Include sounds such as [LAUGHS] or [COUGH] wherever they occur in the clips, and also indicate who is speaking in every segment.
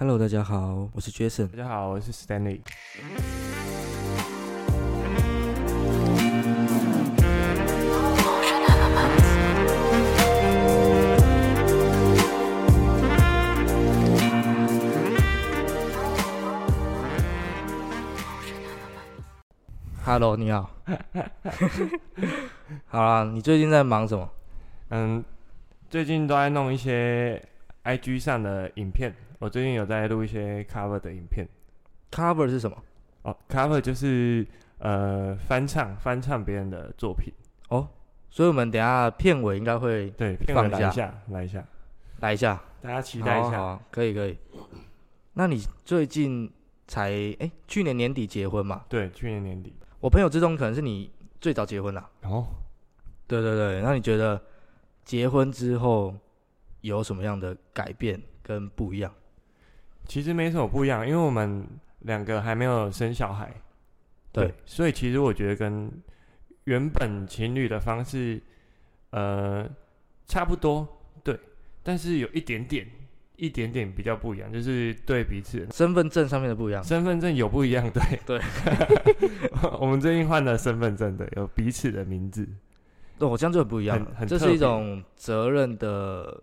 Speaker 1: Hello，大家好，我是 Jason
Speaker 2: 大。家好，我是 Stanley。
Speaker 1: Hello，你好。 [LAUGHS] 好啦，你最近在忙什么？
Speaker 2: 嗯，最近都在弄一些 IG 上的影片，我最近有在录一些 cover 的影片。
Speaker 1: cover 是什么？
Speaker 2: 哦，cover 就是呃翻唱翻唱别人的作品，
Speaker 1: 哦，所以我们等一下片尾应该会
Speaker 2: 对，片
Speaker 1: 放
Speaker 2: 尾来
Speaker 1: 假
Speaker 2: 一下，来一下，
Speaker 1: 来一下，
Speaker 2: 大家期
Speaker 1: 好
Speaker 2: 待一
Speaker 1: 啊好
Speaker 2: 下。
Speaker 1: 啊可以可以。那你最近才哎、去年年底结婚嘛？
Speaker 2: 对，去年年底。
Speaker 1: 我朋友之中可能是你最早结婚啦。
Speaker 2: 哦，
Speaker 1: 对对对，那你觉得结婚之后有什么样的改变跟不一样？
Speaker 2: 其实没什么不一样，因为我们两个还没有生小孩。
Speaker 1: 对，
Speaker 2: 所以其实我觉得跟原本情侣的方式，呃，差不多，对，但是有一点点，一点点比较不一样，就是对彼此的
Speaker 1: 身份证上面的不一样。
Speaker 2: 身份证有不一样，对
Speaker 1: 对，
Speaker 2: [LAUGHS] 我们最近换了身份证，对，有彼此的名字，
Speaker 1: 对，哦我这样就很不一样
Speaker 2: 很
Speaker 1: 了，
Speaker 2: 很
Speaker 1: 这
Speaker 2: 特
Speaker 1: 是一
Speaker 2: 别
Speaker 1: 种责任的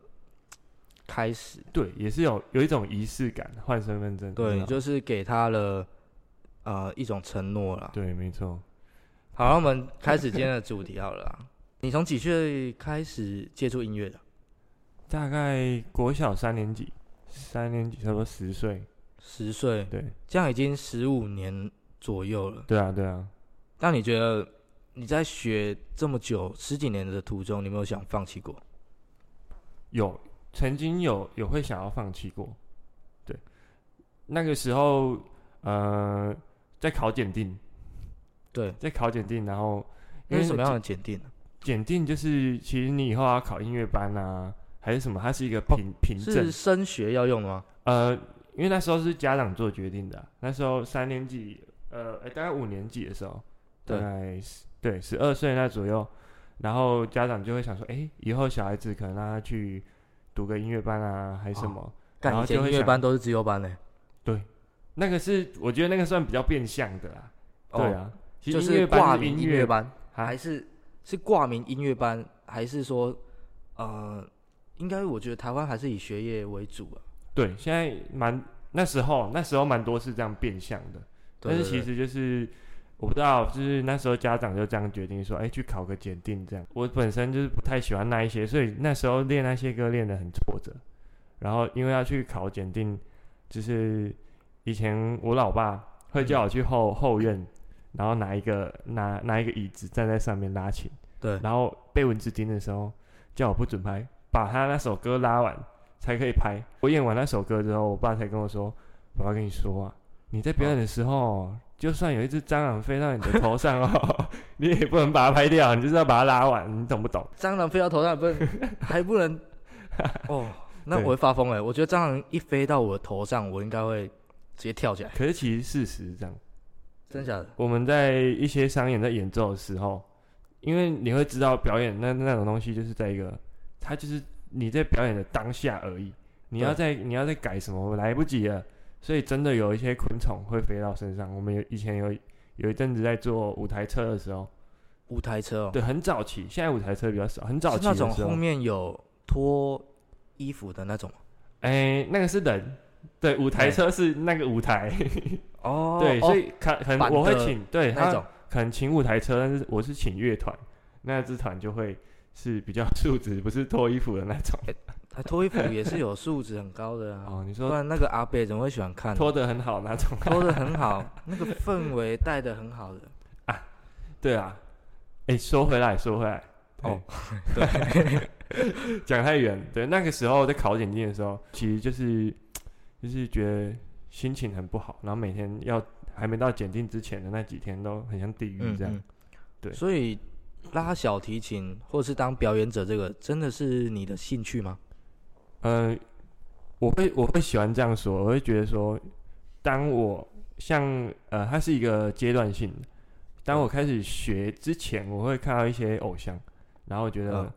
Speaker 1: 开始。
Speaker 2: 对，也是有有一种仪式感，换身份证，
Speaker 1: 对，
Speaker 2: 你
Speaker 1: 你
Speaker 2: 知道
Speaker 1: 就是给他了呃一种承诺啦。
Speaker 2: 对，没错，
Speaker 1: 好，那我们开始今天的主题好了啦。你从几岁开始接触音乐的？
Speaker 2: 大概国小三年级，三年级差不多十岁，
Speaker 1: 十岁，
Speaker 2: 对，
Speaker 1: 这样已经十五年左右了。
Speaker 2: 对啊，对啊，
Speaker 1: 那你觉得你在学这么久十几年的途中，你有没有想放弃过？
Speaker 2: 有曾经有有会想要放弃过，对，那个时候呃在考检定，
Speaker 1: 对，
Speaker 2: 在考检定，然后因
Speaker 1: 那
Speaker 2: 为
Speaker 1: 是什么样
Speaker 2: 检
Speaker 1: 的检定呢？
Speaker 2: 检定就是其实你以后要考音乐班啊还是什么，它是一个凭凭证
Speaker 1: 哦是，升学要用的吗？
Speaker 2: 呃，因为那时候是家长做决定的啊、那时候三年级呃、诶大概五年级的时候，大
Speaker 1: 对
Speaker 2: 概十对十二岁那左右，然后家长就会想说，哎、以后小孩子可能让他去读个音乐班啊还是什
Speaker 1: 哦
Speaker 2: 么。
Speaker 1: 干，
Speaker 2: 然
Speaker 1: 以
Speaker 2: 后
Speaker 1: 前
Speaker 2: 就会
Speaker 1: 音乐
Speaker 2: 想
Speaker 1: 班都是自由班呢、
Speaker 2: 那个是我觉得那个算比较变相的啦。
Speaker 1: 哦
Speaker 2: 对啊，其实
Speaker 1: 就
Speaker 2: 音乐
Speaker 1: 是
Speaker 2: 班
Speaker 1: 挂
Speaker 2: 是
Speaker 1: 名
Speaker 2: 音
Speaker 1: 音乐
Speaker 2: 乐
Speaker 1: 班，
Speaker 2: 啊
Speaker 1: 还是是挂名音乐班，还是说呃，应该我觉得台湾还是以学业为主啊。
Speaker 2: 对，现在蛮那时候那时候蛮多是这样变相的，
Speaker 1: 对
Speaker 2: 但
Speaker 1: 对
Speaker 2: 是其
Speaker 1: 对
Speaker 2: 实就是我不知道，就是那时候家长就这样决定说，哎、去考个检定这样。我本身就是不太喜欢那一些，所以那时候练那些歌练得很挫折。然后因为要去考检定，就是以前我老爸会叫我去后、后院，然后拿一个拿拿一个椅子站在上面拉琴。
Speaker 1: 对，
Speaker 2: 然后被蚊子叮的时候，叫我不准拍，把他那首歌拉完才可以拍。我演完那首歌之后，我爸才跟我说：“爸爸跟你说啊，你在表演的时候，就算有一只蟑螂飞到你的头上哦， [LAUGHS] 你也不能把它拍掉，你就是要把它拉完，你懂不懂
Speaker 1: 蟑螂飞到头上还不
Speaker 2: [LAUGHS]
Speaker 1: 能还不能哦，那
Speaker 2: 对
Speaker 1: 我会发疯哎、我觉得蟑螂一飞到我头上，我应该会直接跳起来？”，
Speaker 2: 可是其实事实是这样，
Speaker 1: 真假的？
Speaker 2: 我们在一些商演在演奏的时候，因为你会知道表演那那种东西就是在一个，它就是你在表演的当下而已。你要在你要在改什么，来不及了。所以真的有一些昆虫会飞到身上。我们有以前有有一阵子在做舞台车的时候，
Speaker 1: 舞台车哦，
Speaker 2: 对，很早期，现在舞台车比较少，很早
Speaker 1: 是
Speaker 2: 期
Speaker 1: 那
Speaker 2: 的
Speaker 1: 种
Speaker 2: 时
Speaker 1: 后
Speaker 2: 候，
Speaker 1: 面有脱衣服的那种吗
Speaker 2: 哎、那个是人，对，舞台车是那个舞台，
Speaker 1: 哦，
Speaker 2: [LAUGHS] 对，
Speaker 1: 哦
Speaker 2: 所以可可能
Speaker 1: 板
Speaker 2: 我会
Speaker 1: 的
Speaker 2: 请，对，
Speaker 1: 那
Speaker 2: 他
Speaker 1: 种
Speaker 2: 可能请舞台车，但是我是请乐团，那支团就会是比较素质，不是脱衣服的那种。
Speaker 1: 他脱衣服也是有素质很高的啊，
Speaker 2: 哦，你
Speaker 1: 不
Speaker 2: 说
Speaker 1: 然那个阿伯怎么会喜欢看呢？
Speaker 2: [LAUGHS] 脱得很好那种？
Speaker 1: 拖的很好，那个氛围带的很好的。
Speaker 2: [LAUGHS] 对啊。哎，说回来，说回来，
Speaker 1: 哦，
Speaker 2: [LAUGHS] 讲太远。 [LAUGHS] 对，那个时候在考检定的时候，其实就是就是觉得心情很不好，然后每天要还没到检定之前的那几天都很像地狱
Speaker 1: 嗯
Speaker 2: 这样。
Speaker 1: 嗯，
Speaker 2: 对
Speaker 1: 所以拉小提琴或是当表演者，这个真的是你的兴趣吗？
Speaker 2: 呃，我会我会喜欢这样说，我会觉得说，当我像呃，它是一个阶段性的。当我开始学之前，我会看到一些偶像，然后我觉得我、
Speaker 1: 嗯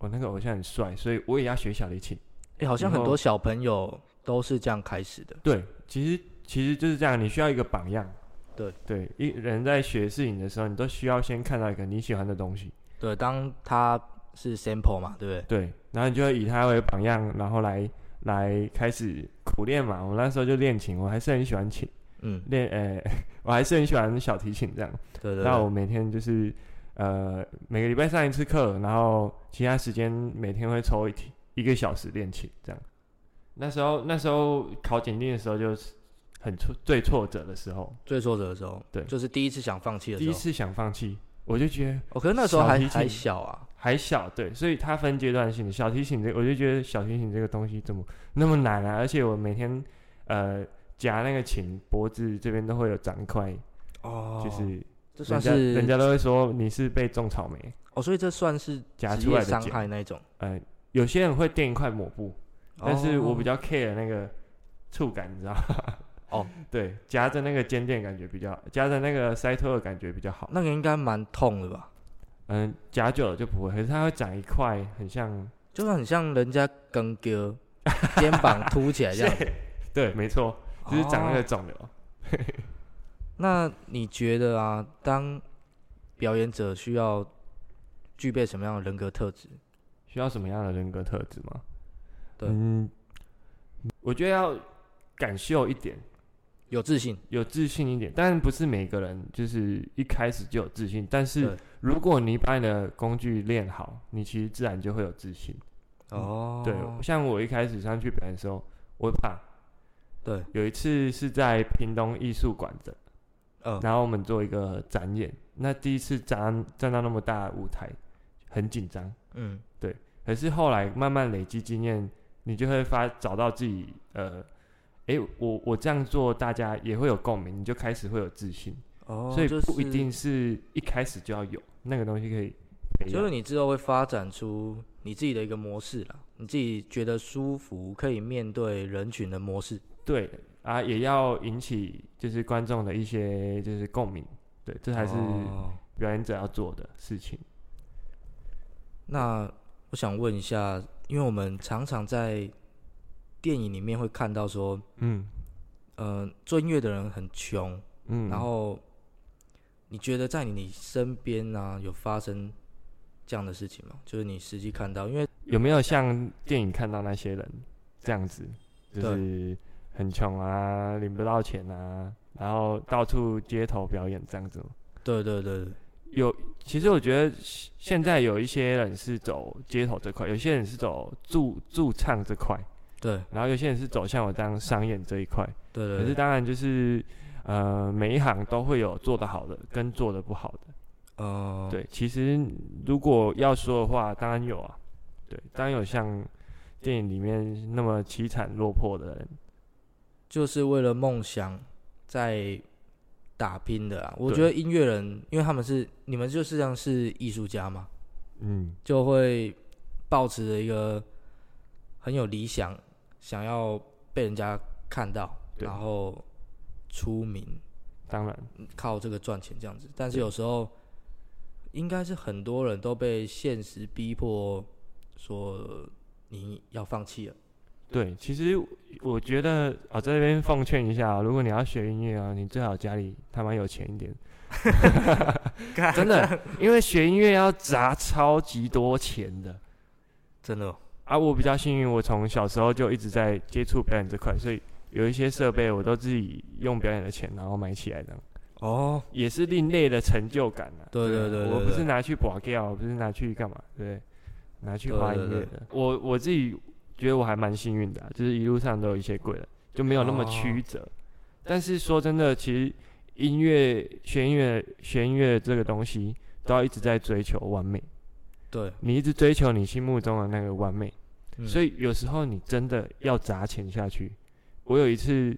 Speaker 2: 哦那个偶像很帅，所以我也要学小提琴。
Speaker 1: 哎、好像很
Speaker 2: 以后
Speaker 1: 多小朋友都是这样开始的。
Speaker 2: 对，其实其实就是这样，你需要一个榜样。
Speaker 1: 对
Speaker 2: 对，一人在学事情的时候，你都需要先看到一个你喜欢的东西，
Speaker 1: 对，当它是 sample 嘛，对不对？
Speaker 2: 对，然后你就会以他为榜样，然后来来开始苦练嘛。我那时候就练琴，我还是很喜欢琴，
Speaker 1: 嗯，
Speaker 2: 练呃， [LAUGHS] 我还是很喜欢小提琴这样。
Speaker 1: 对对
Speaker 2: 那我
Speaker 1: 对，
Speaker 2: 每天就是呃每个礼拜上一次课，然后其他时间每天会抽一题一个小时练琴这样。那时候那时候考检定的时候就是很挫最挫折的时候，
Speaker 1: 最挫折的时候，
Speaker 2: 对
Speaker 1: 就是第一次想放弃的
Speaker 2: 第
Speaker 1: 时
Speaker 2: 一
Speaker 1: 候。
Speaker 2: 次想放弃，我就觉得
Speaker 1: 哦，可是那时候
Speaker 2: 小
Speaker 1: 还
Speaker 2: 提琴
Speaker 1: 还小啊，
Speaker 2: 还小，对，所以它分阶段性的。小提琴这我就觉得小提琴这个东西怎么那么难啊？而且我每天呃夹那个琴脖子这边都会有长一块，
Speaker 1: 哦，
Speaker 2: 就是
Speaker 1: 这算
Speaker 2: 人家
Speaker 1: 是
Speaker 2: 人家都会说你是被种草莓。
Speaker 1: 哦，所以这算是
Speaker 2: 夹
Speaker 1: 职
Speaker 2: 出来
Speaker 1: 业
Speaker 2: 的
Speaker 1: 伤
Speaker 2: 茧
Speaker 1: 害那一种。
Speaker 2: 呃，有些人会垫一块抹布，但是我比
Speaker 1: 较
Speaker 2: 较 care 那个触感，你知道吗？ [LAUGHS]
Speaker 1: 哦，
Speaker 2: 对，夹着那个尖垫感觉比较，夹着那个塞托的感觉比较好。
Speaker 1: 那个应该蛮痛的吧？
Speaker 2: 嗯，夹久了就不会，可是它会长一块，很像。
Speaker 1: 就是很像人家跟哥肩膀凸起来这样。
Speaker 2: 对，没错， [LAUGHS] 就是长那
Speaker 1: 哦
Speaker 2: 个肿瘤。
Speaker 1: 那你觉得啊，当表演者需要具备什么样的人格特质？
Speaker 2: 需要什么样的人格特质吗？
Speaker 1: 对
Speaker 2: 嗯，我觉得要敢秀一点，
Speaker 1: 有自信，
Speaker 2: 有自信一点，但不是每个人就是一开始就有自信。但是
Speaker 1: 对
Speaker 2: 如果你把你的工具练好，你其实自然就会有自信。
Speaker 1: 哦，
Speaker 2: 嗯对，像我一开始上去表演的时候，我会怕。
Speaker 1: 对，
Speaker 2: 有一次是在屏东艺术馆的，
Speaker 1: 嗯，
Speaker 2: 然后我们做一个展演。那第一次站站到那么大的舞台，很紧张。
Speaker 1: 嗯，
Speaker 2: 可是后来慢慢累积经验，你就会发找到自己，呃，诶，我我这样做，大家也会有共鸣，你就开始会有自信。
Speaker 1: 哦，
Speaker 2: 所以
Speaker 1: 就
Speaker 2: 不一
Speaker 1: 是
Speaker 2: 定是一开始就要有那个东西可以培
Speaker 1: 就是
Speaker 2: 养。
Speaker 1: 你之后会发展出你自己的一个模式啦，你自己觉得舒服，可以面对人群的模式。
Speaker 2: 对啊，也要引起就是观众的一些就是共鸣。对，这才是
Speaker 1: 哦
Speaker 2: 表演者要做的事情。
Speaker 1: 那我想问一下，因为我们常常在电影里面会看到说，
Speaker 2: 嗯
Speaker 1: 呃，做音乐的人很穷，
Speaker 2: 嗯
Speaker 1: 然后你觉得在你身边呢、有发生这样的事情吗？就是你实际看到，因为
Speaker 2: 有没有像电影看到那些人这样子，就
Speaker 1: 对
Speaker 2: 是很穷啊，领不到钱啊，然后到处街头表演这样子吗？
Speaker 1: 对对对对，
Speaker 2: 有，其实我觉得现现在有一些人是走街头这块，有些人是走驻驻唱这块，
Speaker 1: 对
Speaker 2: 然后有些人是走向我当商演这一块。
Speaker 1: 对对
Speaker 2: 可是
Speaker 1: 对，
Speaker 2: 当然就是，呃，每一行都会有做得好的跟做得不好的。
Speaker 1: 哦、
Speaker 2: 对，其实如果要说的话，当然有啊，对，当然有像电影里面那么凄惨落魄的人，
Speaker 1: 就是为了梦想在打拼的啊。我
Speaker 2: 对
Speaker 1: 觉得音乐人，因为他们是你们就是像是艺术家嘛，
Speaker 2: 嗯，
Speaker 1: 就会抱持着一个很有理想，想要被人家看到，
Speaker 2: 对
Speaker 1: 然后出名，
Speaker 2: 当然，
Speaker 1: 靠这个赚钱这样子。但是有时候，应该是很多人都被现实逼迫，说你要放弃了。
Speaker 2: 对，其实我觉得啊、在这边奉劝一下、啊，如果你要学音乐啊，你最好家里他妈有钱一点，真 [LAUGHS] 的，因为学音乐要砸超级多钱的。
Speaker 1: 真的哦、
Speaker 2: 啊，我比较幸运，我从小时候就一直在接触表演这块，所以有一些设备我都自己用表演的钱然后买起来的，
Speaker 1: 哦，
Speaker 2: 也是另类的成就感啊。
Speaker 1: 对对对对
Speaker 2: 我不
Speaker 1: 对
Speaker 2: 是拿去拔掉，我不是拿去干嘛，对不对？拿去花音
Speaker 1: 对
Speaker 2: 乐
Speaker 1: 对
Speaker 2: 的。我我自己觉得我还蛮幸运的啊、就是一路上都有一些贵人，就没有那么
Speaker 1: 哦
Speaker 2: 曲折。但是说真的，其实音乐学音乐学音乐这个东西，都要一直在追求完美。
Speaker 1: 对，
Speaker 2: 你一直追求你心目中的那个完美，
Speaker 1: 嗯
Speaker 2: 所以有时候你真的要砸钱下去。我有一次，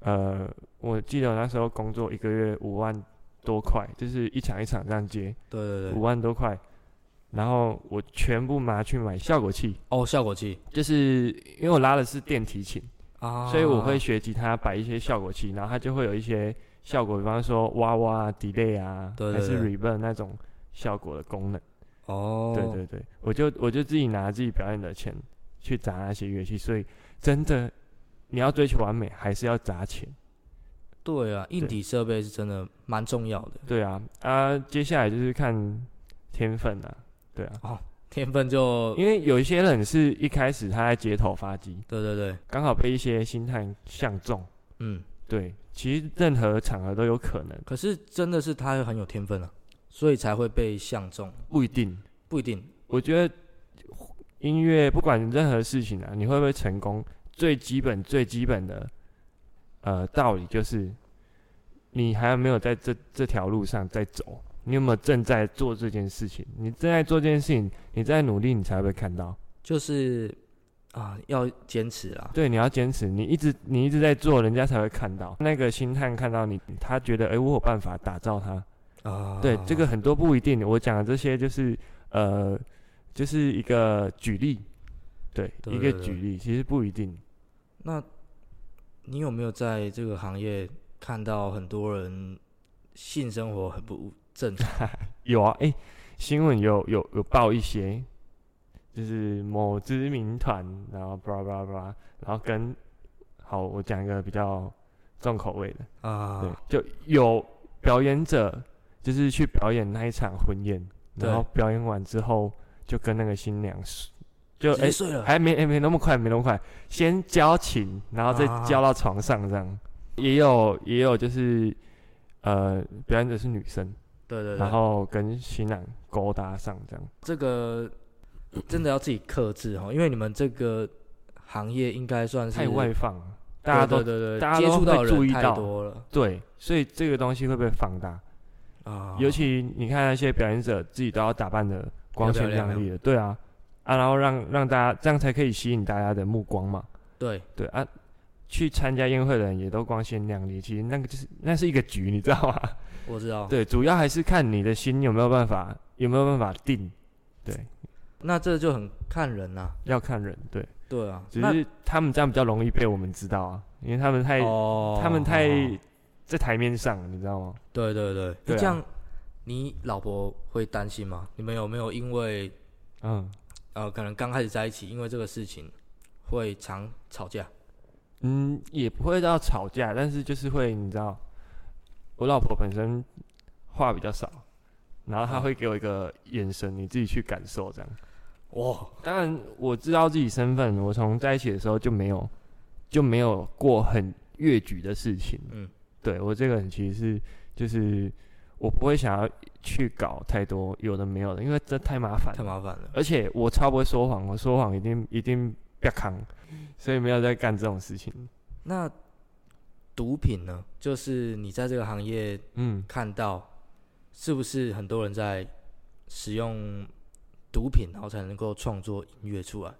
Speaker 2: 呃，我记得我那时候工作一个月五万多块，就是一场一场这样接
Speaker 1: 对对
Speaker 2: 五
Speaker 1: 对，
Speaker 2: 万多块，然后我全部拿去买效果器，
Speaker 1: 哦，效果器
Speaker 2: 就是因为我拉的是电提琴，
Speaker 1: 啊，
Speaker 2: 所以我会学吉他摆一些效果器，然后它就会有一些效果，比方说哇哇啊、delay 啊，
Speaker 1: 对对
Speaker 2: 还是
Speaker 1: 对
Speaker 2: reverb 那种效果的功能。
Speaker 1: 哦，
Speaker 2: 对对对，我就我就自己拿自己表演的钱去砸那些乐器，所以真的你要追求完美，还是要砸钱？
Speaker 1: 对啊，硬
Speaker 2: 对
Speaker 1: 体设备是真的蛮重要的，
Speaker 2: 对啊，啊，接下来就是看天分啊，对啊，
Speaker 1: 天分就
Speaker 2: 因为有一些人是一开始他在街头发迹，
Speaker 1: 对对对，
Speaker 2: 刚好被一些星探相中，
Speaker 1: 嗯，
Speaker 2: 对，其实任何场合都有可能，
Speaker 1: 可是真的是他很有天分啊，所以才会被相中，
Speaker 2: 不一定。
Speaker 1: 不一定。
Speaker 2: 我觉得音乐不管任何事情啊，你会不会成功，最基本最基本的呃道理就是，你还有没有在这这条路上在走？你有没有正在做这件事情？你正在做这件事情，你在努力，你才会被看到。
Speaker 1: 就是啊，要坚持啦。
Speaker 2: 对，你要坚持，你一直你一直在做，人家才会看到那个星探看到你，他觉得哎、诶我有办法打造他。
Speaker 1: 啊，
Speaker 2: 对，这个很多不一定。我讲的这些就是呃，就是一个举例，对，
Speaker 1: 对
Speaker 2: 一个
Speaker 1: 对
Speaker 2: 举例，其实不一定。
Speaker 1: 那你有没有在这个行业看到很多人性生活很不正
Speaker 2: [LAUGHS]
Speaker 1: 常？
Speaker 2: 有啊，哎、新闻有有有报一些，就是某知名团，然后巴拉巴拉巴拉，然后跟好，我讲一个比较重口味的，对
Speaker 1: 啊，，
Speaker 2: 就有表演者就是去表演那一场婚宴，然后表演完之后就跟那个新娘睡就
Speaker 1: 几
Speaker 2: 哎、
Speaker 1: 岁了？
Speaker 2: 还没、哎没那么快，没那么快，先交情，然后再
Speaker 1: 啊
Speaker 2: 交到床上这样。也有也有就是呃，表演者是女生，
Speaker 1: 对对对，
Speaker 2: 然后跟新郎勾搭上这样。
Speaker 1: 这个真的要自己克制哦，因为你们这个行业应该算是
Speaker 2: 太外放了，大家都
Speaker 1: 对对对
Speaker 2: 大家
Speaker 1: 接
Speaker 2: 都
Speaker 1: 触到
Speaker 2: 会
Speaker 1: 人
Speaker 2: 注意
Speaker 1: 太
Speaker 2: 到
Speaker 1: 多了
Speaker 2: 对，所以这个东西会被放大。
Speaker 1: 啊，
Speaker 2: 尤其你看那些表演者自己都要打扮的光鲜亮丽的，对啊，啊，然后让让大家这样才可以吸引大家的目光嘛，
Speaker 1: 对
Speaker 2: 对啊，去参加宴会的人也都光鲜亮丽，其实那个就是那是一个局，你知道吗？
Speaker 1: 我知道。
Speaker 2: 对，主要还是看你的心有没有办法有没有办法定，对，
Speaker 1: 那这就很看人呐、
Speaker 2: 要看人，对，
Speaker 1: 对啊，
Speaker 2: 只
Speaker 1: 那
Speaker 2: 是他们这样比较容易被我们知道啊，因为他们太、
Speaker 1: 哦
Speaker 2: 他们太
Speaker 1: 哦
Speaker 2: 在台面上，你知道吗？
Speaker 1: 对对对，
Speaker 2: 对
Speaker 1: 那
Speaker 2: 啊
Speaker 1: 这样你老婆会担心吗？你们有没有因为
Speaker 2: 嗯。
Speaker 1: 呃，可能刚开始在一起，因为这个事情会常吵架？
Speaker 2: 嗯，也不会到吵架，但是就是会，你知道，我老婆本身话比较少，然后她
Speaker 1: 嗯
Speaker 2: 会给我一个眼神，你自己去感受这样。
Speaker 1: 哇，
Speaker 2: 当然，我知道自己身份，我从在一起的时候就没有就没有过很越矩的事情。
Speaker 1: 嗯，
Speaker 2: 对我这个人其实是就是我不会想要去搞太多有的没有的，因为这太麻烦
Speaker 1: 太
Speaker 2: 了，
Speaker 1: 麻烦了。
Speaker 2: 而且我超不会说谎，我说谎一定一定不要扛，所以没有在干这种事情。
Speaker 1: 那毒品呢？就是你在这个行业
Speaker 2: 嗯。
Speaker 1: 看到，是不是很多人在使用毒品，然后才能够创作音乐出来？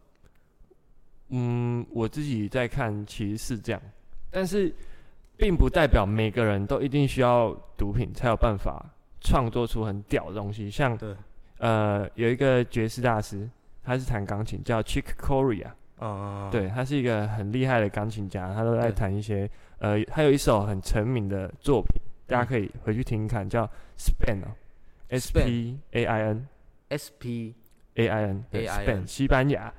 Speaker 2: 嗯，我自己在看，其实是这样，但是并不代表每个人都一定需要毒品才有办法创作出很屌的东西。像
Speaker 1: 对，
Speaker 2: 呃，有一个爵士大师，他是弹钢琴，叫 Chick Corea，、
Speaker 1: 啊、
Speaker 2: 对他是一个很厉害的钢琴家，他都在
Speaker 1: 对
Speaker 2: 弹一些呃，他有一首很成名的作品，大家可以回去听看，叫 Span 哦，S P A I N
Speaker 1: ，SP
Speaker 2: A I N 对
Speaker 1: AIN
Speaker 2: Span 西班牙，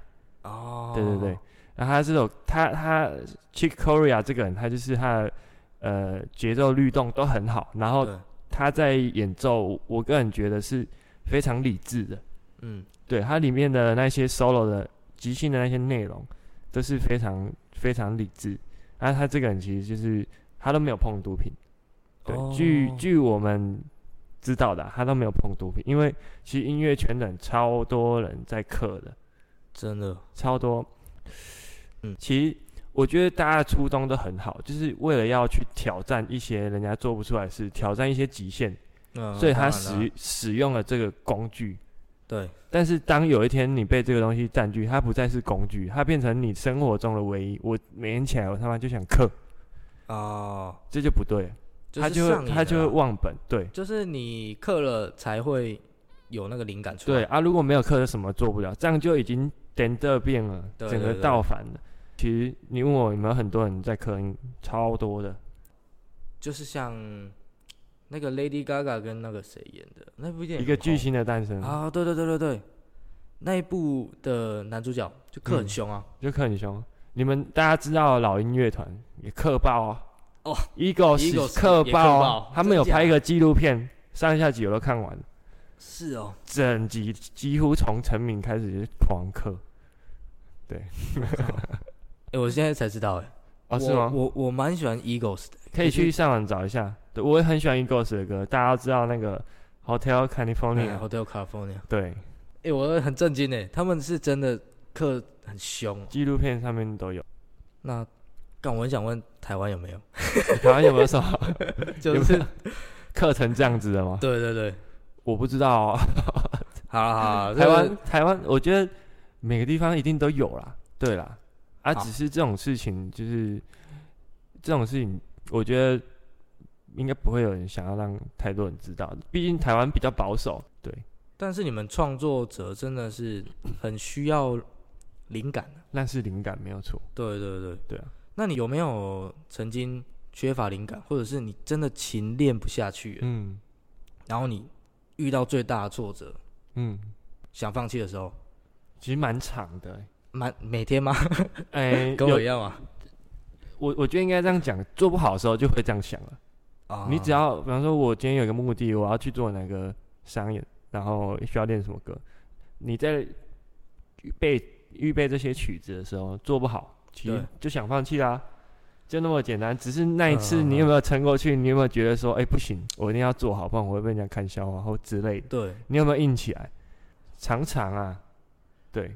Speaker 1: 哦，
Speaker 2: 对对对，，然后他这首他他 Chick Corea 这个人，他就是他的呃节奏律动都很好，然后
Speaker 1: 对，
Speaker 2: 他在演奏，我个人觉得是非常理智的。
Speaker 1: 嗯，
Speaker 2: 对它里面的那些 solo 的即兴的那些内容，都是非常非常理智。然后他这个人其实就是他都没有碰毒品，对，
Speaker 1: 哦
Speaker 2: 据据我们知道的啊、他都没有碰毒品，因为其实音乐圈的人超多人在嗑的，
Speaker 1: 真的，
Speaker 2: 超多。
Speaker 1: 嗯
Speaker 2: 嗯，其实我觉得大家的初衷都很好，就是为了要去挑战一些人家做不出来的事，挑战一些极限，
Speaker 1: 嗯，
Speaker 2: 所以
Speaker 1: 当
Speaker 2: 他
Speaker 1: 然啦
Speaker 2: 使使用了这个工具。
Speaker 1: 对，
Speaker 2: 但是当有一天你被这个东西占据，它不再是工具，它变成你生活中的唯一。我每天起来，我他妈就想克，
Speaker 1: 哦，
Speaker 2: 这就不对了，
Speaker 1: 就
Speaker 2: 他
Speaker 1: 是
Speaker 2: 就
Speaker 1: 上
Speaker 2: 会
Speaker 1: 瘾啊
Speaker 2: 他就会
Speaker 1: 了啦
Speaker 2: 忘本。对
Speaker 1: 就是你刻了才会有那个灵感出来。
Speaker 2: 对，啊，如果没有克，就什么做不了，这样就已经点这变了，
Speaker 1: 对
Speaker 2: 整个
Speaker 1: 对对
Speaker 2: 倒反了。其实你问我有没有很多人在克，超多的。
Speaker 1: 就是像那个 Lady Gaga 跟那个谁演的那部电影，
Speaker 2: 一个巨星的诞生，
Speaker 1: 啊，对对对对对，那一部的男主角就刻很
Speaker 2: 嗯
Speaker 1: 凶啊，
Speaker 2: 就克很凶。你们大家知道老鹰乐团也克爆啊，
Speaker 1: 哦
Speaker 2: ，Eagles
Speaker 1: Eagles
Speaker 2: 克
Speaker 1: 也
Speaker 2: 爆
Speaker 1: 克
Speaker 2: 啊
Speaker 1: 爆，
Speaker 2: 他们有
Speaker 1: 真假
Speaker 2: 拍一个纪录片，上下集我都看完了，
Speaker 1: 是哦，
Speaker 2: 整集几乎从成名开始就是狂克，
Speaker 1: 哎、我现在才知道、哎，
Speaker 2: 哦，是吗？
Speaker 1: 我我我蛮喜欢 Eagles 的，
Speaker 2: 可以去上网找一下，对我也很喜欢 Eagles 的歌，大家知道那个 Hotel
Speaker 1: 哎
Speaker 2: California，、
Speaker 1: Hotel California。
Speaker 2: 对，
Speaker 1: 哎、我很震惊哎，他们是真的课很凶哦。
Speaker 2: 纪录片上面都有。
Speaker 1: 那，但我很想问台湾有没有？
Speaker 2: [LAUGHS] 台湾有没有什么
Speaker 1: [LAUGHS] 就
Speaker 2: 有
Speaker 1: 是
Speaker 2: 没有课程这样子的吗？
Speaker 1: 对对对，
Speaker 2: 我不知道、哦，
Speaker 1: 好了好了，
Speaker 2: [LAUGHS] 台
Speaker 1: 这
Speaker 2: 湾
Speaker 1: 个
Speaker 2: 台湾，我觉得每个地方一定都有啦，对啦，啊，
Speaker 1: 好
Speaker 2: 只是这种事情就是这种事情，我觉得应该不会有人想要让太多人知道，毕竟台湾比较保守，对，
Speaker 1: 但是你们创作者真的是很需要灵感的。
Speaker 2: 那是灵感没有错。
Speaker 1: 对对对
Speaker 2: 对啊。
Speaker 1: 那你有没有曾经缺乏灵感，或者是你真的勤练不下去了，
Speaker 2: 嗯
Speaker 1: 然后你遇到最大的挫折，
Speaker 2: 嗯，
Speaker 1: 想放弃的时候，
Speaker 2: 其实蛮长的、欸，
Speaker 1: 满每天
Speaker 2: [LAUGHS]
Speaker 1: 吗？[LAUGHS]
Speaker 2: 哎、
Speaker 1: 跟我
Speaker 2: 有
Speaker 1: 一样啊。
Speaker 2: 我我觉得应该这样讲，做不好的时候就会这样想了。
Speaker 1: 啊
Speaker 2: 你只要，比方说，我今天有一个目的，我要去做哪个商演，然后需要练什么歌，你在预备预备这些曲子的时候做不好，其实
Speaker 1: 对
Speaker 2: 就想放弃啦，就那么简单。只是那一次，
Speaker 1: 嗯嗯
Speaker 2: 你有
Speaker 1: 嗯
Speaker 2: 没有撑过去？你有没有觉得说，哎、不行，我一定要做好，不然我会被人家看笑话或之类的？
Speaker 1: 对
Speaker 2: 你有没有硬起来？常常啊，对，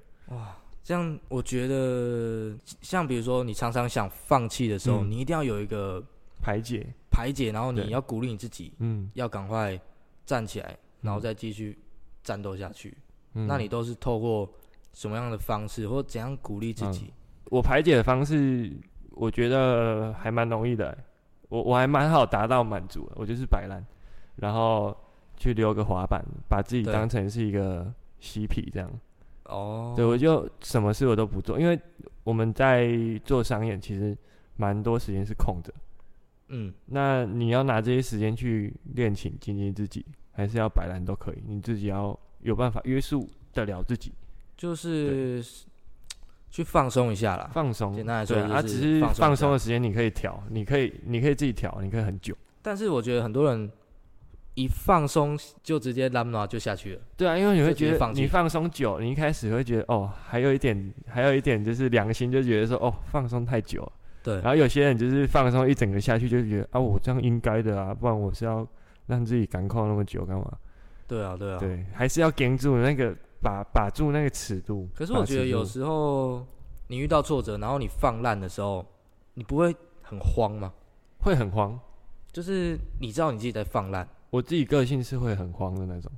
Speaker 1: 这样，我觉得像比如说你常常想放弃的时候，
Speaker 2: 嗯
Speaker 1: 你一定要有一个
Speaker 2: 排解，
Speaker 1: 排解，然后
Speaker 2: 对
Speaker 1: 你要鼓励你自己，
Speaker 2: 嗯，
Speaker 1: 要赶快站起来，然后
Speaker 2: 嗯
Speaker 1: 再继续战斗下去。
Speaker 2: 嗯
Speaker 1: 那你都是透过什么样的方式，或怎样鼓励自己？
Speaker 2: 我排解的方式，我觉得还蛮容易的欸，我我还蛮好达到满足的，我就是摆烂，然后去溜个滑板，把自己
Speaker 1: 对
Speaker 2: 当成是一个嬉皮这样。嗯
Speaker 1: 哦，
Speaker 2: 对，我就什么事我都不做，因为我们在做商演，其实蛮多时间是空着。
Speaker 1: 嗯，
Speaker 2: 那你要拿这些时间去练琴、精进自己，还是要摆烂都可以，你自己要有办法约束得了自己，
Speaker 1: 就是去放松一下啦。
Speaker 2: 放松。
Speaker 1: 简单来
Speaker 2: 对
Speaker 1: 说
Speaker 2: 啊，啊
Speaker 1: 就
Speaker 2: 只
Speaker 1: 是
Speaker 2: 是
Speaker 1: 放松一下
Speaker 2: 放松的时间你可以调，你可以你可以自己调，你可以很久。
Speaker 1: 但是我觉得很多人一放松就直接拉拉就下去了。
Speaker 2: 对啊，因为你会
Speaker 1: 就直接
Speaker 2: 觉得
Speaker 1: 放弃
Speaker 2: 你放松久，你一开始会觉得哦，还有一点，还有一点就是良心就觉得说哦，放松太久了。
Speaker 1: 对
Speaker 2: 然，后有些人就是放松一整个下去，就觉得啊，我这样应该的啊，不然我是要让自己感控那么久干嘛？
Speaker 1: 对啊，对啊。
Speaker 2: 对，还是要盯住那个把把住那个尺度。
Speaker 1: 可是
Speaker 2: 把
Speaker 1: 我觉得
Speaker 2: 尺
Speaker 1: 有
Speaker 2: 度
Speaker 1: 时候你遇到挫折，然后你放烂的时候，你不会很慌吗？
Speaker 2: 会很慌，
Speaker 1: 就是你知道你自己在放烂，
Speaker 2: 我自己个性是会很慌的那种。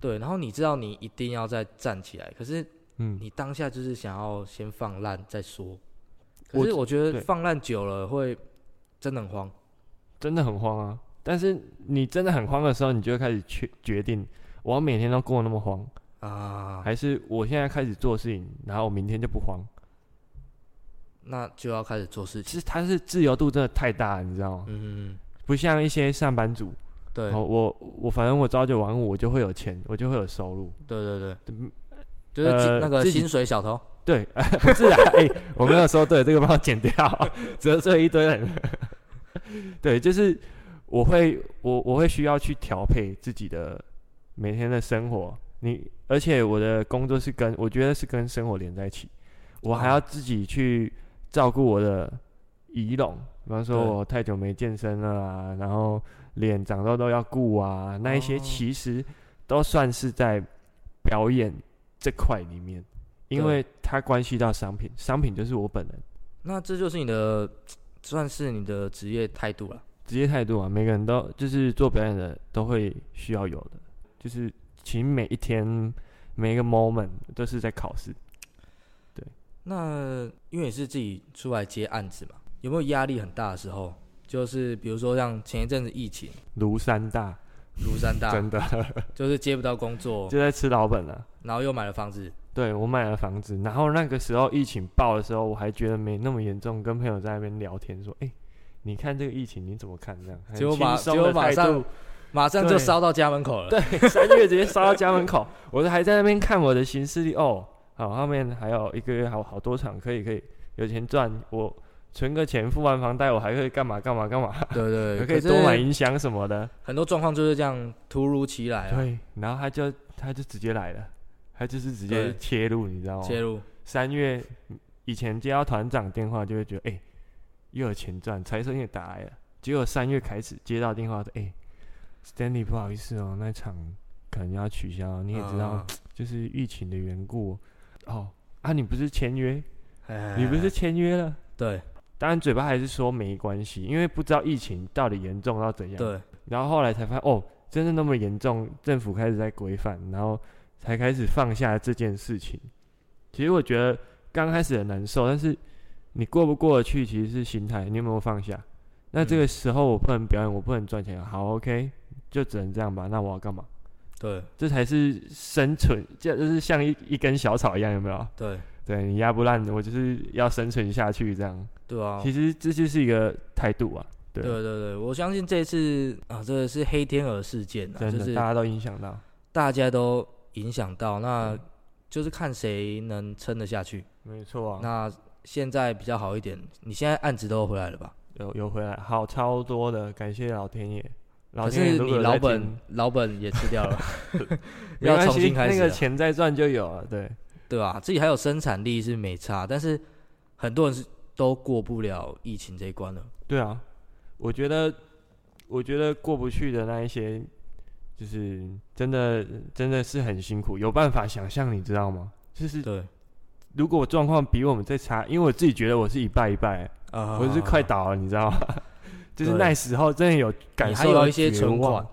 Speaker 1: 对，然后你知道你一定要再站起来，可是
Speaker 2: 嗯，
Speaker 1: 你当下就是想要先放烂再说。
Speaker 2: 我
Speaker 1: 可是我觉
Speaker 2: 对
Speaker 1: 得放烂久了会真的很慌，
Speaker 2: 真的很慌啊。但是你真的很慌的时候，你就会开始决决定，我要每天都过那么慌，
Speaker 1: 啊，
Speaker 2: 还是我现在开始做事情，然后我明天就不慌？
Speaker 1: 那就要开始做事情。
Speaker 2: 其实他是自由度真的太大了，你知道吗？
Speaker 1: 嗯，
Speaker 2: 不像一些上班族，
Speaker 1: 对，
Speaker 2: 哦，我我反正我朝九晚五，我就会有钱，我就会有收入。
Speaker 1: 对对对
Speaker 2: 嗯，
Speaker 1: 就是
Speaker 2: 呃
Speaker 1: 金那个
Speaker 2: 自己
Speaker 1: 薪水小偷，
Speaker 2: 对， [LAUGHS] 不是啊，哎、我没有说对，这个帮我剪掉，得罪一堆人。对，就是我会我我会需要去调配自己的每天的生活，你而且我的工作是跟我觉得是跟生活连在一起，我
Speaker 1: 哦
Speaker 2: 还要自己去照顾我的仪容，比方说
Speaker 1: 对
Speaker 2: 我太久没健身了啊，然后脸长痘痘要顾啊，那一些
Speaker 1: 哦
Speaker 2: 其实都算是在表演这块里面，因
Speaker 1: 对
Speaker 2: 为它关系到商品，商品就是我本人
Speaker 1: 那这就是你的算是你的职业态度了。
Speaker 2: 职业态度啊，每个人都就是做表演的都会需要有的，就是其实每一天每一个 moment 都是在考试。
Speaker 1: 那因为你是自己出来接案子嘛，有没有压力很大的时候？就是比如说像前一阵子疫情，
Speaker 2: 庐山大，
Speaker 1: 庐山大，
Speaker 2: 真的 [LAUGHS]
Speaker 1: 就是接不到工作，
Speaker 2: 就在吃老本了、
Speaker 1: 然后又买了房子，
Speaker 2: 对我买了房子，然后那个时候疫情爆的时候，我还觉得没那么严重，跟朋友在那边聊天说：“哎、你看这个疫情你怎么看？”这样，很
Speaker 1: 结果马
Speaker 2: 轻松
Speaker 1: 结果
Speaker 2: 的态
Speaker 1: 马上
Speaker 2: 度
Speaker 1: 马上就
Speaker 2: 对
Speaker 1: 烧到家门口了。
Speaker 2: 对，三月直接烧到家门口，我还在那边看我的行事历哦，好，后面还有一个月，好好多场，可以可以，有钱赚，我存个钱付完房贷，我还可以干嘛干嘛干嘛，
Speaker 1: 对对，对
Speaker 2: 还可以
Speaker 1: 是
Speaker 2: 多买音响什么的。
Speaker 1: 很多状况就是这样突如其来啊，
Speaker 2: 对，然后他就他就直接来了，他就是直
Speaker 1: 对
Speaker 2: 接切入，你知道吗？
Speaker 1: 切入，
Speaker 2: 三月以前接到团长电话，就会觉得哎、又有钱赚，财神也打来了。结果三月开始接到电话说，哎、s t a n l e y 不好意思哦，那场可能要取消。你也知道，
Speaker 1: 啊，
Speaker 2: 就是疫情的缘故哦。啊，你不是签约？
Speaker 1: 哎
Speaker 2: 你不是签约了？
Speaker 1: 对
Speaker 2: 当然，嘴巴还是说没关系，因为不知道疫情到底严重到怎样。
Speaker 1: 对
Speaker 2: 然后后来才发现，哦，真的那么严重，政府开始在规范，然后才开始放下这件事情。其实我觉得刚开始很难受，但是你过不过得去，其实是心态，你有没有放下？那
Speaker 1: 嗯
Speaker 2: 这个时候我不能表演，我不能赚钱，好，OK，就只能这样吧。那我要干嘛？
Speaker 1: 对
Speaker 2: 这才是生存，这就是像一一根小草一样，有没有？
Speaker 1: 对
Speaker 2: 对你压不烂，我就是要生存下去这样。
Speaker 1: 对啊，
Speaker 2: 其实这就是一个态度啊，对
Speaker 1: 对对对，我相信这次啊，这个是黑天鹅事件啊，
Speaker 2: 真
Speaker 1: 就
Speaker 2: 的、
Speaker 1: 是
Speaker 2: 大家都影响到，
Speaker 1: 大家都影响到，那
Speaker 2: 对
Speaker 1: 就是看谁能撑得下去。
Speaker 2: 没错啊。
Speaker 1: 那现在比较好一点，你现在案子都回来了吧？
Speaker 2: 有有回来，好超多的，感谢老天爷。老
Speaker 1: 可
Speaker 2: 天爷
Speaker 1: 是
Speaker 2: 如
Speaker 1: 你
Speaker 2: 果有
Speaker 1: 老
Speaker 2: 在
Speaker 1: 本
Speaker 2: 听，
Speaker 1: 老本也吃掉
Speaker 2: [LAUGHS]
Speaker 1: 了， [LAUGHS]
Speaker 2: 没
Speaker 1: 要
Speaker 2: 关
Speaker 1: 重
Speaker 2: 系
Speaker 1: 新开
Speaker 2: 那
Speaker 1: 始
Speaker 2: 个
Speaker 1: 了，
Speaker 2: 钱再赚就有了，对，
Speaker 1: 对吧、自己还有生产力是没差，但是很多人是都过不了疫情这一关了。
Speaker 2: 对啊。我觉得，我觉得过不去的那一些，就是真的真的是很辛苦，有办法想象，你知道吗？就是
Speaker 1: 对，
Speaker 2: 如果状况比我们再差，因为我自己觉得我是一败一败，
Speaker 1: 啊、
Speaker 2: 我是快倒了，你知
Speaker 1: [LAUGHS]
Speaker 2: 道吗？就是那时候真的有感
Speaker 1: 你还
Speaker 2: 受到
Speaker 1: 有一些
Speaker 2: 绝
Speaker 1: 存
Speaker 2: 望
Speaker 1: 款，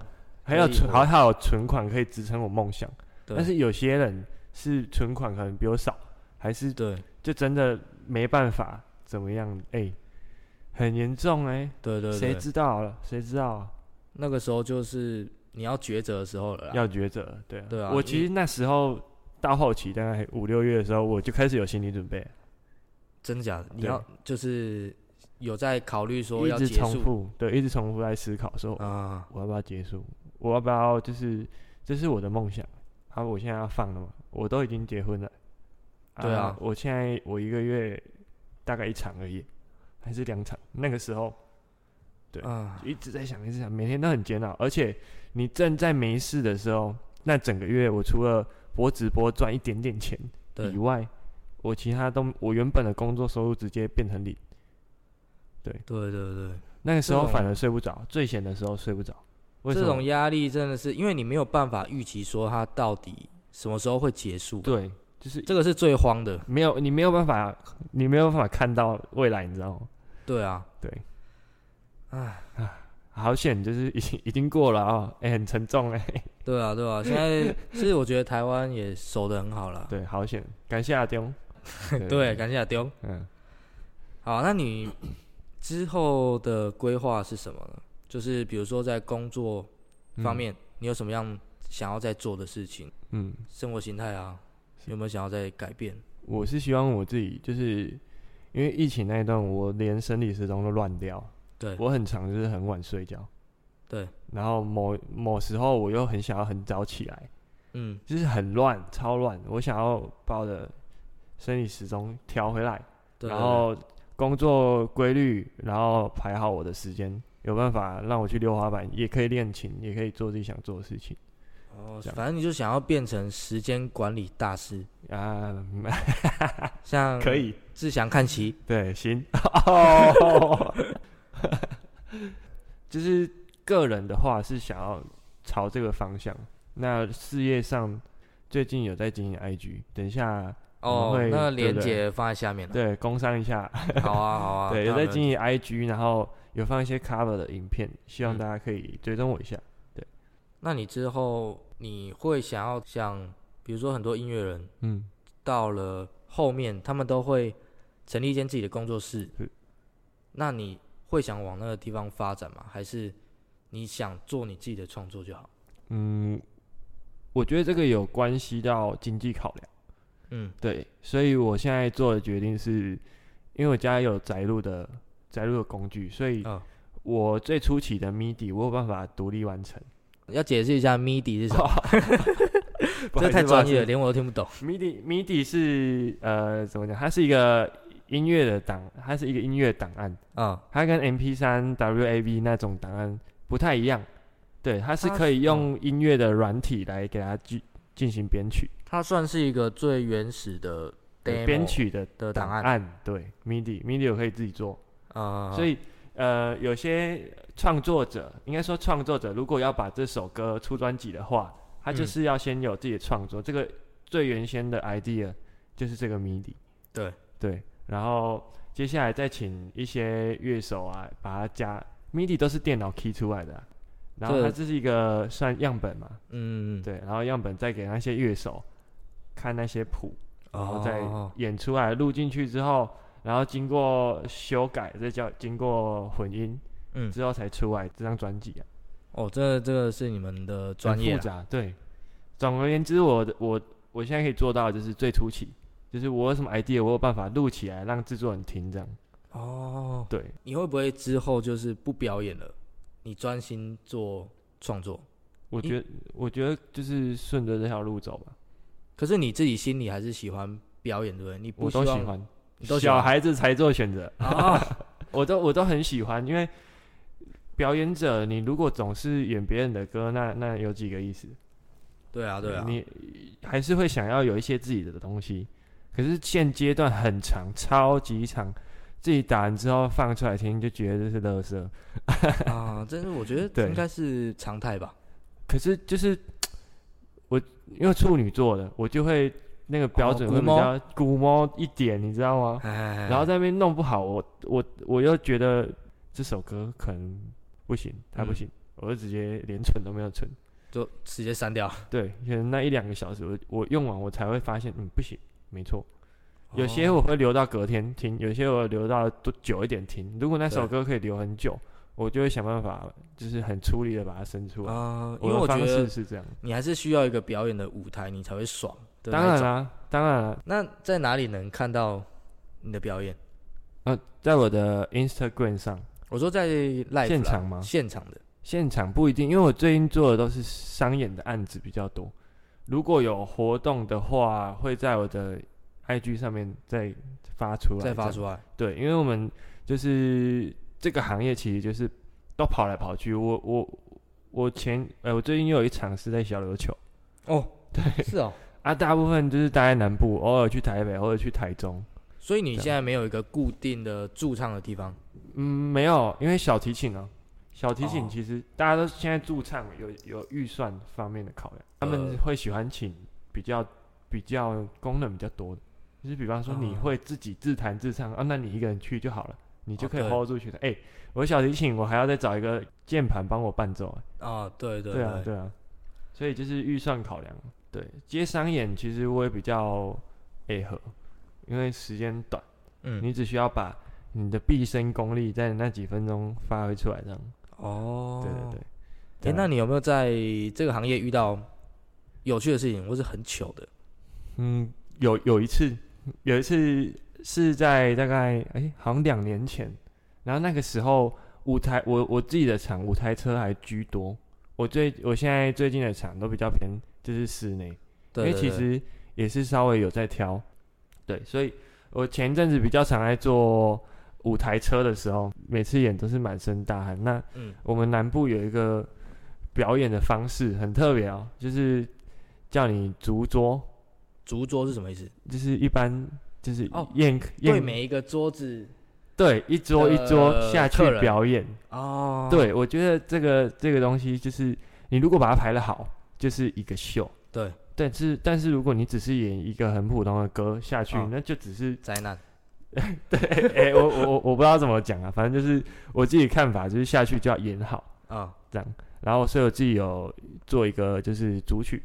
Speaker 2: 还有
Speaker 1: 可以
Speaker 2: 存，
Speaker 1: 活
Speaker 2: 还好有存款可以支撑我梦想。
Speaker 1: 对，
Speaker 2: 但是有些人是存款可能比我少，还是
Speaker 1: 对
Speaker 2: 就真的没办法怎么样？哎、很严重哎、
Speaker 1: 对对
Speaker 2: 谁
Speaker 1: 对，
Speaker 2: 知道了？谁知道啊、
Speaker 1: 那个时候就是你要抉择的时候了啦。
Speaker 2: 要抉择，对啊
Speaker 1: 对啊
Speaker 2: 我其实那时候到后期，大概五六月的时候，我就开始有心理准备，
Speaker 1: 真的假的？你
Speaker 2: 对
Speaker 1: 要就是有在考虑说
Speaker 2: 一
Speaker 1: 要
Speaker 2: 直
Speaker 1: 结
Speaker 2: 重
Speaker 1: 束
Speaker 2: 复，对，一直重复在思考说，
Speaker 1: 啊？
Speaker 2: 我要不要结束？我要不要就是这是我的梦想？啊，我现在要放了嘛？我都已经结婚了，
Speaker 1: 对啊
Speaker 2: 我现在我一个月大概一场而已，还是两场？那个时候对
Speaker 1: 啊，
Speaker 2: 一直在想，一直想，每天都很煎熬，而且你正在没事的时候，那整个月我除了播直播赚一点点钱
Speaker 1: 对
Speaker 2: 以外，我其他都我原本的工作收入直接变成零。
Speaker 1: 对对对，
Speaker 2: 那个时候
Speaker 1: 这种
Speaker 2: 反而睡不着，最闲的时候睡不着。为什
Speaker 1: 这种
Speaker 2: 么？
Speaker 1: 压力真的是因为你没有办法预期说它到底什么时候会结束，
Speaker 2: 对，就是
Speaker 1: 这个是最慌的。
Speaker 2: 没有，你没有办法，你没有办法看到未来，你知道吗？
Speaker 1: 对啊，
Speaker 2: 对，
Speaker 1: 唉，
Speaker 2: 好险，就是 [LAUGHS] 已经已经过了啊、哎、很沉重哎、
Speaker 1: [LAUGHS] 对啊，对
Speaker 2: [LAUGHS]
Speaker 1: 啊，现在其实我觉得台湾也守得很好了。
Speaker 2: 对，好险，感谢阿丢。
Speaker 1: [LAUGHS] 对，，感谢阿丢。
Speaker 2: 嗯，
Speaker 1: 好，那你之后的规划是什么呢？就是比如说在工作方面，你有什么样想要在做的事情？
Speaker 2: 嗯，
Speaker 1: 生活形态啊，有没有想要再改变？
Speaker 2: 我是希望我自己就是因为疫情那一段，我连生理时钟都乱掉，
Speaker 1: 对
Speaker 2: 我很常就是很晚睡觉，
Speaker 1: 对，
Speaker 2: 然后某某时候我又很想要很早起来，
Speaker 1: 嗯，
Speaker 2: 就是很乱，超乱，我想要把我的生理时钟调回来。
Speaker 1: 对。
Speaker 2: 然后工作规律，然后排好我的时间，有办法让我去溜滑板，也可以练琴，也可以做自己想做的事情
Speaker 1: 哦
Speaker 2: 这，样
Speaker 1: 反正你就想要变成时间管理大师，
Speaker 2: 啊，嗯
Speaker 1: 像
Speaker 2: [LAUGHS] 可以，
Speaker 1: 志祥看齐，[LAUGHS]
Speaker 2: 对，行， [LAUGHS] 哦，就是个人的话是想要朝这个方向，那事业上最近有在经营 IG，等一下
Speaker 1: 哦
Speaker 2: 我们，会
Speaker 1: 那
Speaker 2: 对
Speaker 1: 连
Speaker 2: 不对
Speaker 1: 接放在下面了。啊
Speaker 2: 对工商一下，
Speaker 1: 好啊，嗯好啊，
Speaker 2: [LAUGHS] 对，
Speaker 1: 那
Speaker 2: 有
Speaker 1: 我
Speaker 2: 在
Speaker 1: 们
Speaker 2: 经营 IG，然后有放一些 cover 的影片，希望
Speaker 1: 嗯
Speaker 2: 大家可以追踪我一下。
Speaker 1: 那你之后你会想要像，比如说很多音乐人
Speaker 2: 嗯，
Speaker 1: 到了后面，他们都会成立一间自己的工作室
Speaker 2: 是，
Speaker 1: 那你会想往那个地方发展吗？还是你想做你自己的创作就好？
Speaker 2: 嗯，我觉得这个有关系到经济考量，
Speaker 1: 嗯，
Speaker 2: 对，所以我现在做的决定是，因为我家有宅录的宅录的工具，所以
Speaker 1: 啊
Speaker 2: 我最初期的 MIDI 我有办法独立
Speaker 1: [LAUGHS]
Speaker 2: 完成。
Speaker 1: 嗯要解释一下 MIDI 是什么，
Speaker 2: 不好
Speaker 1: [LAUGHS] 这
Speaker 2: 意
Speaker 1: 太
Speaker 2: 思不好
Speaker 1: 专
Speaker 2: 意
Speaker 1: 业了，
Speaker 2: 思
Speaker 1: 连我都听不懂。
Speaker 2: MIDI MIDI 是呃怎么讲？它是一个音乐的档，它是一个音乐档案，
Speaker 1: 啊，
Speaker 2: 它跟 MP 三、WAV 那种档案不太一样，对，它是
Speaker 1: 它
Speaker 2: 可以
Speaker 1: 是嗯
Speaker 2: 用音乐的软体来给它进进行编曲，
Speaker 1: 它算是一个最原始的
Speaker 2: 对
Speaker 1: demo
Speaker 2: 编曲的
Speaker 1: 的档
Speaker 2: 档
Speaker 1: 案
Speaker 2: 案，对，MIDI，MIDI 我可以自己做，
Speaker 1: 啊，
Speaker 2: 所以呃，有些创作者，应该说创作者，如果要把这首歌出专辑的话，他就
Speaker 1: 嗯
Speaker 2: 是要先有自己的创作。这个最原先的 idea 就是这个 MIDI。
Speaker 1: 对
Speaker 2: 对，然后接下来再请一些乐手啊，把它加 MIDI 都是电脑 key 出来的啊、然后
Speaker 1: 这
Speaker 2: 它这是一个算样本嘛，
Speaker 1: 嗯，
Speaker 2: 对，然后样本再给那些乐手看那些谱，然后再
Speaker 1: 哦
Speaker 2: 演出来录进去之后，然后经过修改，再叫经过混音
Speaker 1: 嗯，
Speaker 2: 之后才出来这张专辑啊，
Speaker 1: 哦，这这个是你们的专
Speaker 2: 很
Speaker 1: 业
Speaker 2: 复
Speaker 1: 啊，
Speaker 2: 杂对。总而言之，我的我我现在可以做到的就是最初期，就是我有什么 idea，我有办法录起来让制作人听这样。
Speaker 1: 哦，
Speaker 2: 对，
Speaker 1: 你会不会之后就是不表演了，你专心做创作？
Speaker 2: 我
Speaker 1: 一
Speaker 2: 觉得我觉得就是顺着这条路走吧，
Speaker 1: 可是你自己心里还是喜欢表演，对不对？你不
Speaker 2: 我
Speaker 1: 希
Speaker 2: 都喜
Speaker 1: 望，
Speaker 2: 欢。
Speaker 1: 你都喜
Speaker 2: 小
Speaker 1: 欢
Speaker 2: 孩子才做选择，
Speaker 1: 啊，
Speaker 2: [LAUGHS] 我都我都很喜欢，因为表演者你如果总是演别人的歌，那那有几个意思？
Speaker 1: 对啊，对啊，
Speaker 2: 你还是会想要有一些自己的东西。可是现阶段很长，超级长，自己打完之后放出来听，就觉得这是垃圾。
Speaker 1: 啊，这是我觉
Speaker 2: 对
Speaker 1: 得应该是常态吧。
Speaker 2: 可是就是我因为处女座的，我就会那个标
Speaker 1: 哦
Speaker 2: 准
Speaker 1: 估
Speaker 2: 会比
Speaker 1: 摸
Speaker 2: 较估摸一点，你知道吗？
Speaker 1: 哎，
Speaker 2: 然后在那边弄不好，我我我又觉得这首歌可能不行，它不
Speaker 1: 嗯
Speaker 2: 行，我就直接连存都没有存。
Speaker 1: 就直接删掉。
Speaker 2: 对，可能那一两个小时我我用完我才会发现，嗯，不行，没错。有些
Speaker 1: 哦
Speaker 2: 我会留到隔天听，有些我留到多久一点听。如果那首歌可以留很久，我就会想办法，就是很出力的把它生出来。
Speaker 1: 啊，因
Speaker 2: 我
Speaker 1: 为
Speaker 2: 的
Speaker 1: 我觉
Speaker 2: 方式
Speaker 1: 得
Speaker 2: 是这样。
Speaker 1: 你还是需要一个表演的舞台，你才会爽。的
Speaker 2: 当
Speaker 1: 那
Speaker 2: 然
Speaker 1: 种
Speaker 2: 啦、当然啦、
Speaker 1: 那在哪里能看到你的表演？
Speaker 2: 呃，在我的 Instagram 上，
Speaker 1: 我说在 live
Speaker 2: 现
Speaker 1: 啦
Speaker 2: 场吗
Speaker 1: 现场的
Speaker 2: 现场不一定，因为我最近做的都是商演的案子比较多。如果有活动的话，会在我的 IG 上面再发出来，
Speaker 1: 再发出来。
Speaker 2: 对，因为我们就是这个行业，其实就是都跑来跑去。我我我前呃，我最近又有一场是在小琉球
Speaker 1: 哦，对，是哦。
Speaker 2: 啊，大部分就是待在南部，偶尔去台北，偶尔去台中。
Speaker 1: 所以你
Speaker 2: 这样
Speaker 1: 现在没有一个固定的驻唱的地方
Speaker 2: 嗯，没有，因为小提琴啊，小提琴
Speaker 1: 哦
Speaker 2: 其实大家都现在驻唱有有预算方面的考量，他们
Speaker 1: 呃
Speaker 2: 会喜欢请比较比较功能比较多的，就是比方说你
Speaker 1: 哦
Speaker 2: 会自己自弹自唱啊，那你一个人去就好了，你就
Speaker 1: 哦
Speaker 2: 可以
Speaker 1: 对
Speaker 2: hold 住去的。哎、我小提琴我还要再找一个键盘帮我伴奏、啊，
Speaker 1: 啊？对对
Speaker 2: 对啊对啊，所以就是预算考量。对，接商演其实我也比较配合，因为时间短。
Speaker 1: 嗯，
Speaker 2: 你只需要把你的毕生功力在那几分钟发挥出来，这样。
Speaker 1: 哦，
Speaker 2: 对对对。
Speaker 1: 哎、
Speaker 2: 对啊
Speaker 1: 那你有没有在这个行业遇到有趣的事情，或是很糗的？
Speaker 2: 嗯，有有一次，有一次是在大概哎、好像两年前，然后那个时候舞台我我自己的场舞台车还居多，我最我现在最近的场都比较偏就是室内，
Speaker 1: 对
Speaker 2: 因为其
Speaker 1: 对对
Speaker 2: 实也是稍微有在挑，对，所以我前阵子比较常在做舞台车的时候，每次演都是满身大汗。那
Speaker 1: 嗯
Speaker 2: 我们南部有一个表演的方式很特别哦，就是叫你竹桌，
Speaker 1: 竹桌是什么意思？
Speaker 2: 就是一般就是
Speaker 1: 哦
Speaker 2: 宴、
Speaker 1: 对
Speaker 2: 宴
Speaker 1: 每一个桌子
Speaker 2: 对一桌一桌
Speaker 1: 的
Speaker 2: 下去
Speaker 1: 客人
Speaker 2: 表演。
Speaker 1: 哦，
Speaker 2: 对，我觉得这个这个东西就是你如果把它排的好，就是一个秀。
Speaker 1: 对，
Speaker 2: 但是但是如果你只是演一个很普通的歌下去，
Speaker 1: 哦
Speaker 2: 那就只是 [LAUGHS]
Speaker 1: 灾难
Speaker 2: 哎、欸我我我我不知道怎么讲啊，反正就是我自己看法，就是下去就要演好
Speaker 1: 啊、
Speaker 2: 这样。然后所以我自己有做一个就是主曲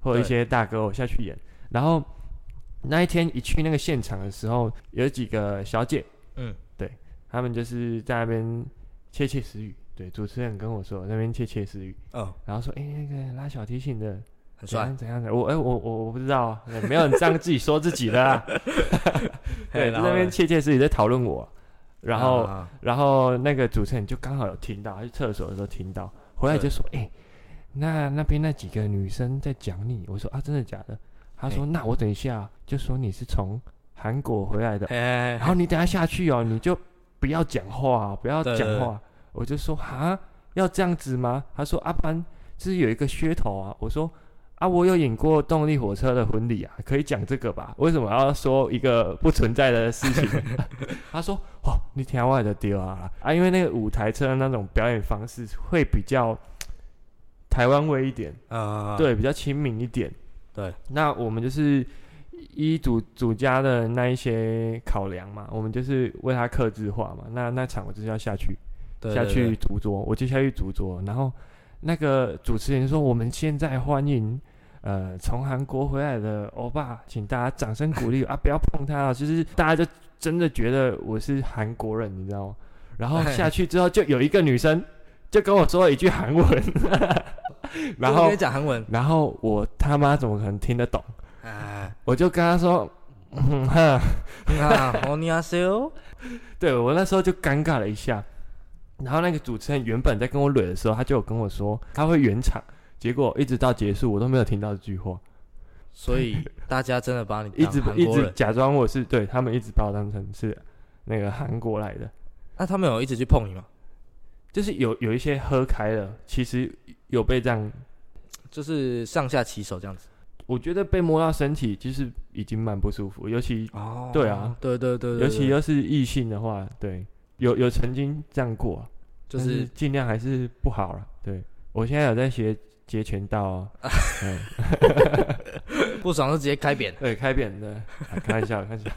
Speaker 2: 或者一
Speaker 1: 对
Speaker 2: 些大歌我下去演。然后那一天一去那个现场的时候，有几个小姐，
Speaker 1: 嗯，
Speaker 2: 对，她们就是在那边窃窃私语。对，主持人跟我说那边窃窃私语，
Speaker 1: 嗯，
Speaker 2: 然后说，哎、那个拉小提琴的
Speaker 1: 很
Speaker 2: 怎
Speaker 1: 帅
Speaker 2: 样，怎样的？我哎、我我我不知道啊，没有人这样自己说自己的、啊。对，
Speaker 1: 嘿
Speaker 2: 在
Speaker 1: 然后
Speaker 2: 那边窃窃私语在讨论我，然后、
Speaker 1: 啊
Speaker 2: 然后那个主持人就刚好有听到，他去厕所的时候听到，回来就
Speaker 1: 对
Speaker 2: 说：“哎、那那边那几个女生在讲你。”我说：“啊，真的假的？”他说：“那我等一下就说你是从韩国回来的，
Speaker 1: 哎，
Speaker 2: 然后你等下下去哦，你就不要讲话、不要
Speaker 1: 对
Speaker 2: 讲
Speaker 1: 对
Speaker 2: 话。我就说啊，要这样子吗？他说阿班，就是有一个噱头啊。我说啊，我有演过动力火车的婚礼啊，可以讲这个吧？为什么要说一个不存在的事情？ [LAUGHS] 他说哦，你听我的丢啊啊，因为那个舞台车的那种表演方式会比较台湾味一点。
Speaker 1: 啊，
Speaker 2: 对，比较亲民一点。
Speaker 1: 对，
Speaker 2: 那我们就是依主主家的那一些考量嘛，我们就是为他克制化嘛。那那场我就是要下去，
Speaker 1: 对
Speaker 2: 下
Speaker 1: 对
Speaker 2: 去
Speaker 1: 对
Speaker 2: 主桌，我就下去主桌。然后那个主持人说：“我们现在欢迎呃从韩国回来的欧巴，请大家掌声鼓
Speaker 1: [LAUGHS]
Speaker 2: 励啊！不要碰他啊！”就是大家就真的觉得我是韩国人，你知道吗？
Speaker 1: [LAUGHS]
Speaker 2: 然后下去之后，就有一个女生就跟我说了一句韩文， [LAUGHS] 然
Speaker 1: 我
Speaker 2: 后
Speaker 1: 跟你讲韩
Speaker 2: [LAUGHS]
Speaker 1: 文，
Speaker 2: 然后我他妈怎么可能听得懂？
Speaker 1: 哎，
Speaker 2: 我就跟他说，嗯哼，
Speaker 1: 你好，哦我尼亚西欧，
Speaker 2: 对我那时候就尴尬了一下。然后那个主持人原本在跟我捋的时候，他就有跟我说他会圆场，结果一直到结束我都没有听到这句话，
Speaker 1: 所以大家真的把你
Speaker 2: [LAUGHS] 一
Speaker 1: 当
Speaker 2: 直
Speaker 1: 韩
Speaker 2: 一
Speaker 1: 国
Speaker 2: 直
Speaker 1: 人，
Speaker 2: 假装我是对他们一直把我当成是那个韩国来的，
Speaker 1: 那他们有一直去碰你吗？
Speaker 2: 就是有有一些喝开了，其实有被这样，
Speaker 1: 就是上下其手这样子。
Speaker 2: 我觉得被摸到身体其实已经蛮不舒服，尤其
Speaker 1: 哦
Speaker 2: 对啊，
Speaker 1: 对对对对，
Speaker 2: 尤其
Speaker 1: 对
Speaker 2: 要是异性的话，对，有有曾经这样过啊、
Speaker 1: 就
Speaker 2: 但
Speaker 1: 是
Speaker 2: 尽量还是不好了。对我现在有在学截拳道 [LAUGHS] 哦，嗯
Speaker 1: 不爽就直接开扁。
Speaker 2: 对，开扁的，啊开玩笑，开玩笑。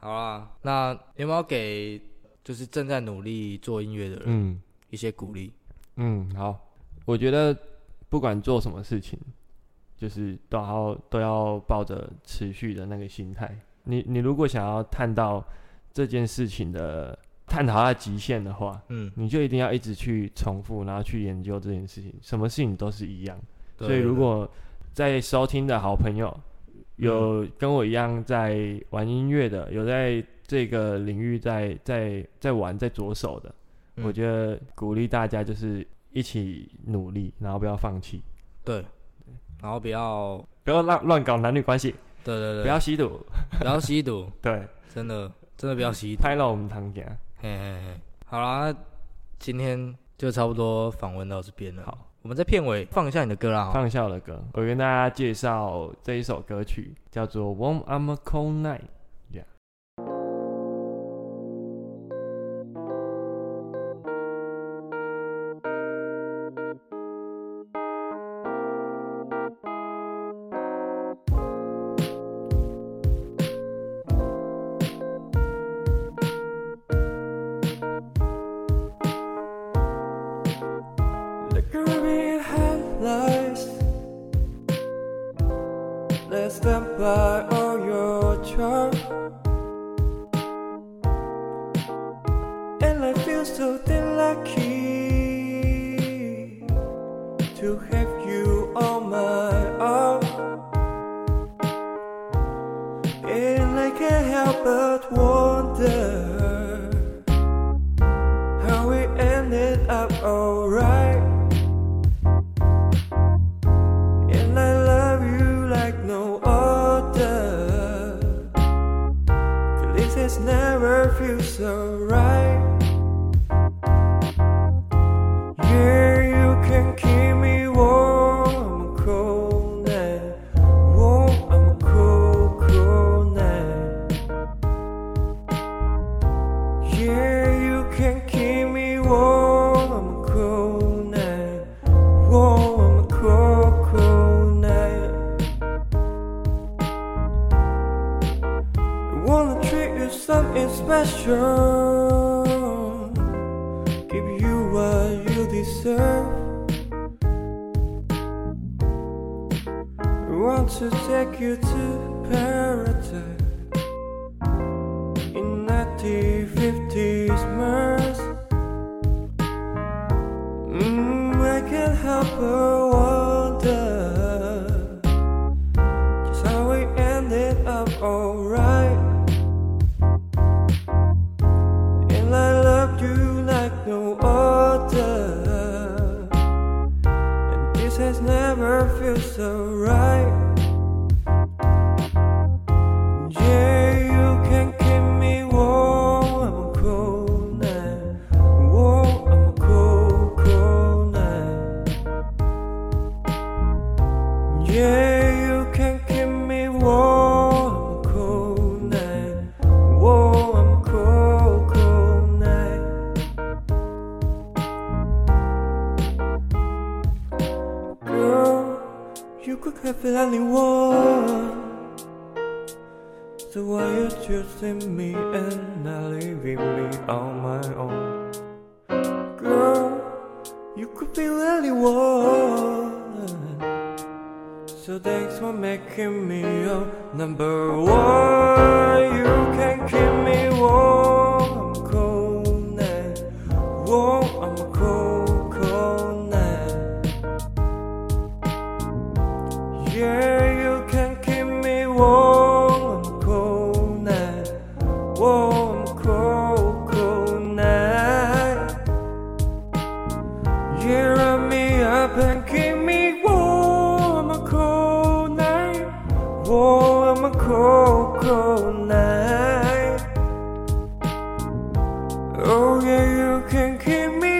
Speaker 1: 好啦，那有没有给就是正在努力做音乐的人
Speaker 2: [LAUGHS] 嗯
Speaker 1: 一些鼓励？
Speaker 2: 嗯，好，我觉得不管做什么事情，就是都要都要抱着持续的那个心态。你你如果想要探到这件事情的探讨它的极限的话，
Speaker 1: 嗯，
Speaker 2: 你就一定要一直去重复，然后去研究这件事情。什么事情都是一样。
Speaker 1: 对
Speaker 2: 所以
Speaker 1: 对
Speaker 2: 如
Speaker 1: 对
Speaker 2: 果在收听的好朋友有
Speaker 1: 嗯
Speaker 2: 跟我一样在玩音乐的，有在这个领域在在在玩在着手的，
Speaker 1: 嗯
Speaker 2: 我觉得鼓励大家就是一起努力，然后不要放弃，
Speaker 1: 对，然后不要，
Speaker 2: 不要乱乱搞男女关系，
Speaker 1: 对对对，
Speaker 2: 不要吸毒，
Speaker 1: 不要吸毒，
Speaker 2: 对，
Speaker 1: 真的真的不要吸毒。
Speaker 2: 拍了我们堂姐。啊
Speaker 1: 嘿嘿嘿，好啦，那今天就差不多访问到这边了。
Speaker 2: 好，
Speaker 1: 我们在片尾放一下你的歌啦。好
Speaker 2: 放笑的歌，我跟大家介绍这一首歌曲，叫做《Warm I'm a Cold Night》。
Speaker 3: Look at me in headlights. Let's stand by on your charm. And I feel so damn lucky to have you on my arm. And I can't help but wonder how we ended up alright. And I love you like no other. Cause this has never felt so right. Yeah, you can keep me warm. I'm a cold night. Warm, I'm a cold, cold night. Yeah, you can keep me warm. I'm a cold night. Warm, I'm a cold, cold night. I wanna treat you something special. Give you what you deserve. I want to take you to paradise in 1950s Mars. Mm, I can't help but wonder just how we ended up alright. And I loved you like no other, and this has never felt so right. have only one. So why you choosing me and not leaving me on my own? Girl, you could be anyone. So thanks for making me your number one. You can keep me warm. I'm a cold night. Warm, I'm a cold, cold night. Yeah, you can keep me warm on a cold night. Warm, cold, cold night. Yeah, wrap me up and keep me warm on a cold night. Warm on a cold, cold night. Oh yeah, you can keep me